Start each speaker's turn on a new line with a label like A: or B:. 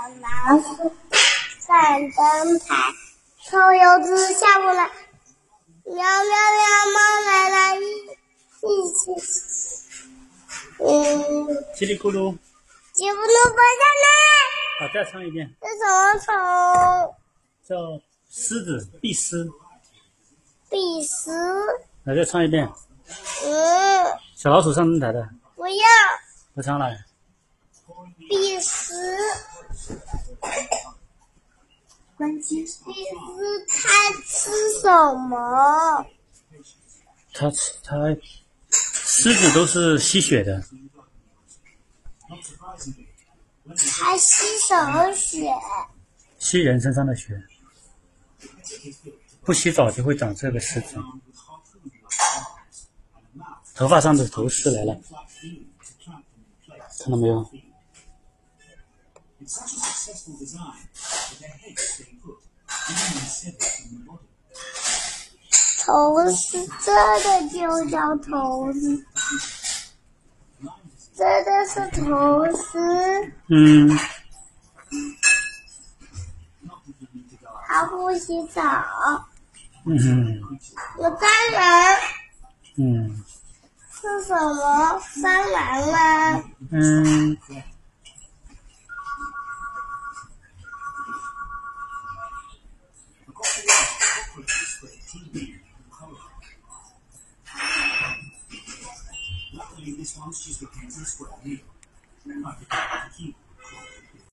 A: 蓝色闪灯牌。臭油脂下不来，喵喵喵，猫来了，一一起，嗯，
B: 叽里咕噜，
A: 吉布鲁伯下来，
B: 好，再唱一遍。
A: 这什么虫？
B: 叫狮子，壁狮。
A: 必死。
B: 来，再唱一遍。
A: 嗯，
B: 小老鼠上灯台的，
A: 不要，
B: 不唱了。
A: 必死。嗯
C: 关机。
A: 必死，它吃什么？
B: 它吃它，狮子都是吸血的，
A: 它吸什么血？
B: 吸人身上的血。不洗澡就会长这个虱子。头发上的头虱来了，看到没有？
A: 头是这个就叫头丝，这个是头丝，
B: 嗯，
A: 它不洗澡。
B: 嗯
A: 我当然
B: 嗯
A: 是什么？当然啦，
B: 嗯，
C: Luckily, this one's just a Kansas square meal. Remember to get the key.